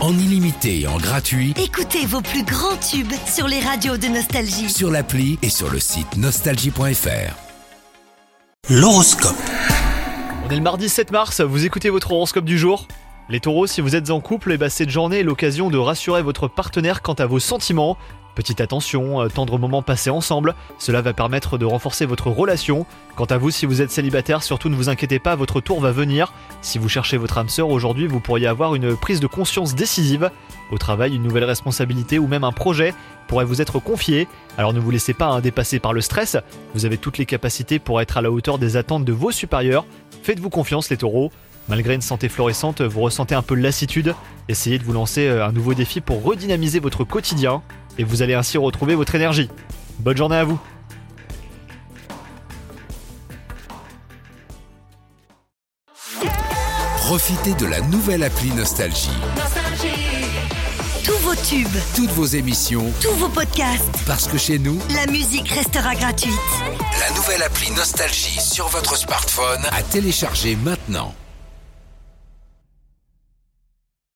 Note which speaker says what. Speaker 1: en illimité et en gratuit
Speaker 2: Écoutez vos plus grands tubes sur les radios de Nostalgie.
Speaker 1: sur l'appli et sur le site nostalgie.fr.
Speaker 3: L'horoscope.
Speaker 4: On est le mardi 7 mars, vous écoutez votre horoscope du jour. Les taureaux, si vous êtes en couple, eh ben, cette journée est l'occasion de rassurer votre partenaire quant à vos sentiments. Petite attention, euh, tendre moment passé ensemble, cela va permettre de renforcer votre relation. Quant à vous, si vous êtes célibataire, surtout ne vous inquiétez pas, votre tour va venir. Si vous cherchez votre âme sœur aujourd'hui, vous pourriez avoir une prise de conscience décisive. Au travail, une nouvelle responsabilité ou même un projet pourrait vous être confié. Alors ne vous laissez pas hein, dépasser par le stress, vous avez toutes les capacités pour être à la hauteur des attentes de vos supérieurs. Faites-vous confiance les taureaux. Malgré une santé florissante, vous ressentez un peu de lassitude. Essayez de vous lancer euh, un nouveau défi pour redynamiser votre quotidien et vous allez ainsi retrouver votre énergie. Bonne journée à vous
Speaker 1: Profitez de la nouvelle appli Nostalgie.
Speaker 2: Tous vos tubes,
Speaker 1: Toutes vos émissions,
Speaker 2: tous vos podcasts,
Speaker 1: parce que chez nous,
Speaker 2: la musique restera gratuite.
Speaker 1: la nouvelle appli Nostalgie sur votre smartphone à télécharger maintenant.